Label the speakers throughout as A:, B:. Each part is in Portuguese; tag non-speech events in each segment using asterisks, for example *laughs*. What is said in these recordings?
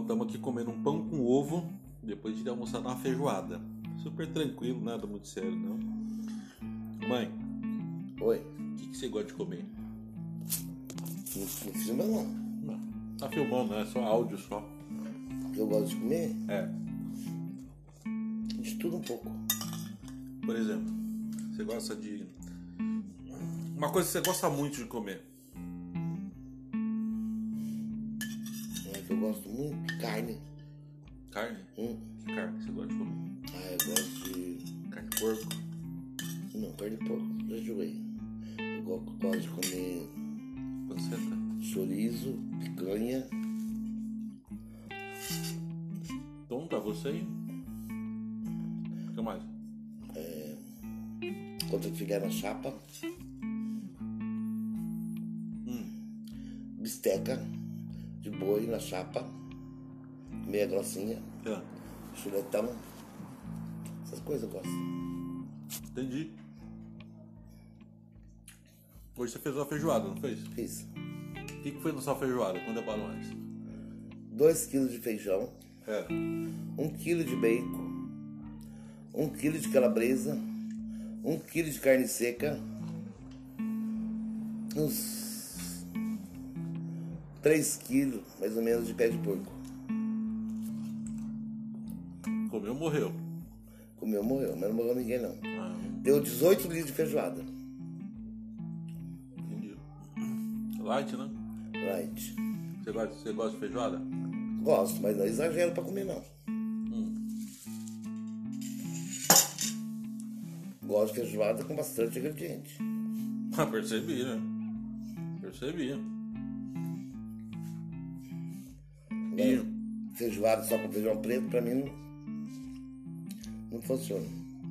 A: estamos aqui comendo um pão com ovo, depois de almoçar uma feijoada. Super tranquilo, nada muito sério, não. Mãe,
B: Oi.
A: o que, que você gosta de comer?
B: Não, não fiz ainda não.
A: Não, tá filmando, né? Só áudio só.
B: Eu gosto de comer
A: É.
B: de tudo um pouco.
A: Por exemplo, você gosta de. Uma coisa que você gosta muito de comer.
B: Mas eu gosto muito de carne.
A: Carne?
B: Hum.
A: Que carne que você gosta de comer?
B: Ah, eu gosto de.
A: Carne de porco?
B: Não, carne de porco. Já joguei. Eu go- gosto de comer
A: Panceta?
B: chorizo, picanha.
A: Tom pra você aí? O que mais?
B: Quando eu ficar na chapa. Hum, Bisteca de boi na chapa. Meia grossinha.
A: Ah,
B: Chuletão. Essas coisas eu gosto.
A: entendi. Hoje você fez uma feijoada, não fez?
B: Fiz
A: O que, que foi na sua feijoada? Conta pra nós.
B: 2 kg de feijão.
A: É.
B: 1 kg Um de bacon, 1 kg de calabresa, 1 kg de carne seca, uns 3 kg mais ou menos de pé de porco.
A: Comeu, morreu.
B: Comeu, morreu, mas não morreu ninguém não.
A: Ah,
B: Deu 18 litros de feijoada.
A: entendi. Light, né?
B: Light.
A: Você gosta, você gosta de feijoada? *laughs*
B: Gosto, mas não exagero pra comer não. Gosto de feijoada com bastante ingrediente.
A: Ah, percebi, né? Percebi. E
B: Feijoada só com feijão preto pra mim não, não funciona.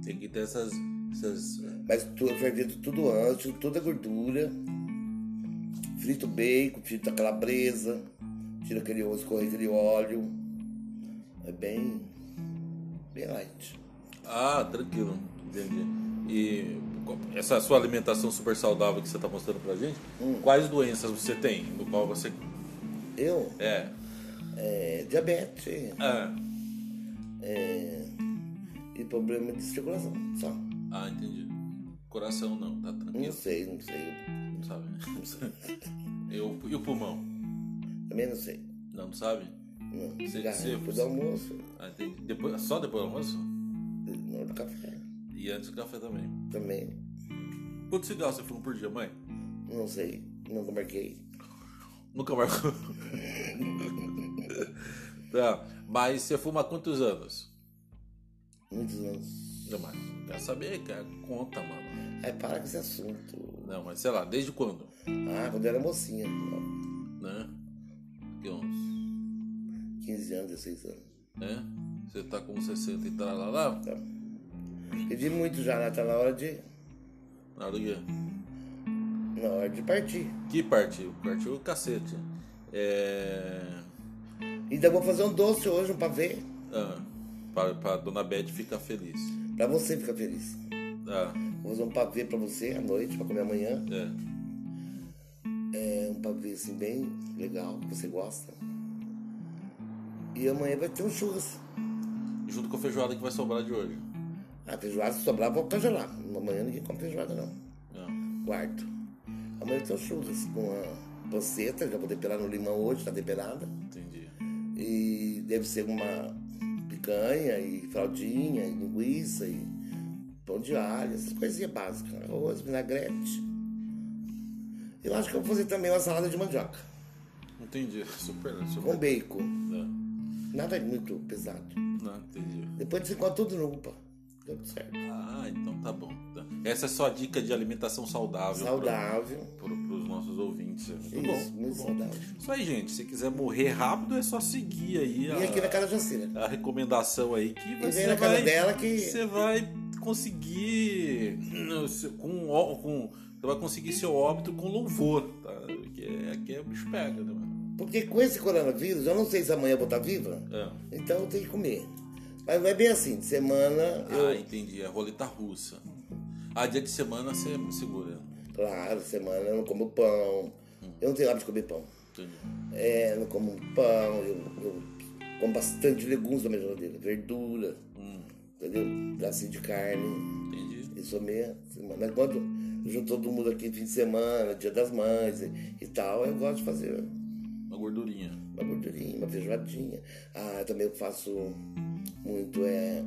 A: tem que ter essas. essas é.
B: Mas tu, fervendo tudo antes, toda a gordura. Frito o bacon, frito a calabresa, tira aquele ovo, escorre aquele óleo. É bem. bem light.
A: Ah, tranquilo, entendi. E qual- essa sua alimentação super saudável que você tá mostrando pra gente, quais doenças você tem? No qual você.
B: Eu?
A: É.
B: É, diabetes
A: Ah,
B: e problema de circulação. Só.
A: ah entendi. Coração não, tá
B: Não
A: tranquilo,
B: sei, não sei.
A: não sabe? E o, e o pulmão?
B: Também não sei.
A: Não, não sabe?
B: Não.
A: Cê-
B: Cigarro, né?
A: cê-
B: depois do almoço,
A: Ah, entendi. Depois, só depois do almoço?
B: na hora do café.
A: E antes do café também.
B: Também.
A: Quanto cigarro você fuma por dia, mãe?
B: Não sei. Nunca marquei.
A: Nunca marcou. tá. Mas você fuma há quantos anos?
B: Muitos anos.
A: Não, mas quer saber, cara? Conta, mano.
B: Ai, É, para com esse assunto.
A: Não, mas sei lá, desde quando?
B: Ah, quando eu era mocinha.
A: Né? Que uns.
B: 15 anos, 16 anos.
A: Né? Você tá com 60 e tralalá?
B: Tá. Pedi muito já, né? Tá na hora de.
A: Na hora que-
B: Na hora de partir.
A: Que partiu? Partiu o cacete. É.
B: Ainda vou fazer um doce hoje, um pavê.
A: Ah, pra, pra dona Beth ficar feliz.
B: Pra você ficar feliz.
A: Ah,
B: Vou fazer um pavê pra você à noite, pra comer amanhã.
A: é.
B: É um pavê assim bem legal, que você gosta. E amanhã vai ter um churras.
A: Junto com a feijoada que vai sobrar de hoje.
B: A feijoada, se sobrar, vou congelar. Amanhã ninguém come feijoada, não.
A: Ah,
B: Quarto. Amanhã tem um churras com a panceta, já vou temperar no limão hoje, tá temperada.
A: entendi.
B: E deve ser uma picanha e fraldinha, e linguiça e pão de alho, essas coisinhas básicas. Arroz, vinagrete. Eu acho que eu vou fazer também uma salada de mandioca
A: Entendi. *laughs* Super,
B: com
A: super.
B: bacon.
A: Ah.
B: Nada muito pesado.
A: Não, entendi.
B: Depois você come tudo no UPA. Deu tudo certo.
A: Ah, então tá bom. Tá. Essa é só a dica de alimentação saudável.
B: Saudável.
A: Para os nossos ouvintes. Muito
B: Isso,
A: Tá bom.
B: muito saudável.
A: Isso aí, gente. Se quiser morrer rápido, é só seguir aí
B: E aqui na
A: a,
B: casa da Jacira.
A: a recomendação aí que
B: E vem
A: você
B: na casa
A: vai,
B: dela que.
A: você vai conseguir no seu- com, ó- com você vai conseguir seu óbito com louvor, tá? Porque aqui é o bicho pega, né? mano?
B: Porque com esse coronavírus, eu não sei se amanhã eu vou estar viva,
A: É.
B: então eu tenho que comer. Mas não é bem assim, de semana eu
A: Ah, entendi. É roleta russa. Ah, dia de semana você segura.
B: Claro, semana eu não como pão. Eu não tenho hábito de comer pão.
A: Entendi.
B: É, eu não como pão, eu, eu com bastante legumes na minha geladeira, verdura, entendeu? Pedacinho de carne.
A: Entendi.
B: Isso mesmo. Mas quando junto todo mundo aqui fim de semana, dia das mães e, e tal, eu gosto de fazer
A: Uma gordurinha.
B: uma gordurinha, uma feijoadinha. Ah, eu também faço muito é.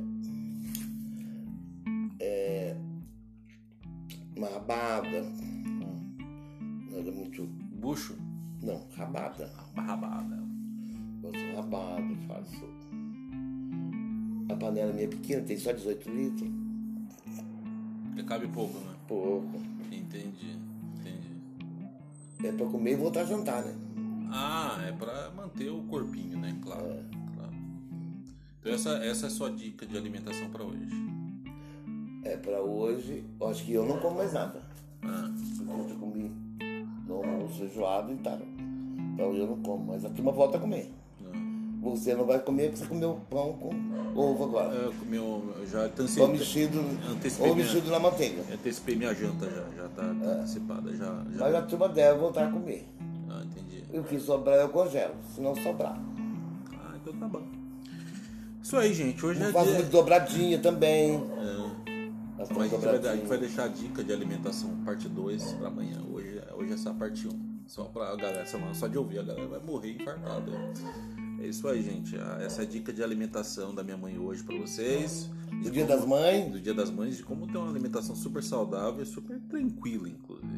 B: É. Uma rabada. Nada muito.
A: Bucho.
B: Não, rabada.
A: Uma rabada.
B: Faço rabado, faço. A panela minha é pequena, tem só 18 litros.
A: Que cabe pouco, né?
B: Pouco.
A: Entendi. Entendi.
B: É pra comer e voltar a jantar, né?
A: Ah, é pra manter o corpinho, né? Claro. claro. Então essa, essa é a sua dica de alimentação pra hoje.
B: É pra hoje. Eu acho que eu não como mais nada.
A: Ah,
B: Porque eu comi no almoço feijoada e tal. Então eu não como, mas a turma volta a comer.
A: ah.
B: Você não vai comer porque você comeu pão com ovo agora.
A: Eu comi um- eu já antecipei,
B: Ou mexido,
A: antecipei
B: ou
A: minha,
B: mexido na manteiga.
A: antecipei minha janta já. Já tá, tá antecipada. Já, já.
B: Mas a turma deve voltar a comer.
A: Ah, entendi.
B: E o que sobrar eu congelo, se não sobrar.
A: Ah, então tá bom. Isso aí, gente. Hoje é
B: Eu faço
A: dia.
B: muito dobradinha também. Nós
A: É. Mas a
B: temos
A: gente, vai, dar- a gente vai
B: dobradinha.
A: deixar a dica de alimentação parte 2 pra amanhã. Hoje, hoje é só a parte 1. Só pra galera, só, só de ouvir a galera vai morrer infartada. É isso aí, gente. Ah, Essa é a dica de alimentação da minha mãe hoje pra vocês.
B: No dia das mães,
A: Do Dia das Mães, de como ter uma alimentação super saudável e super tranquila, inclusive.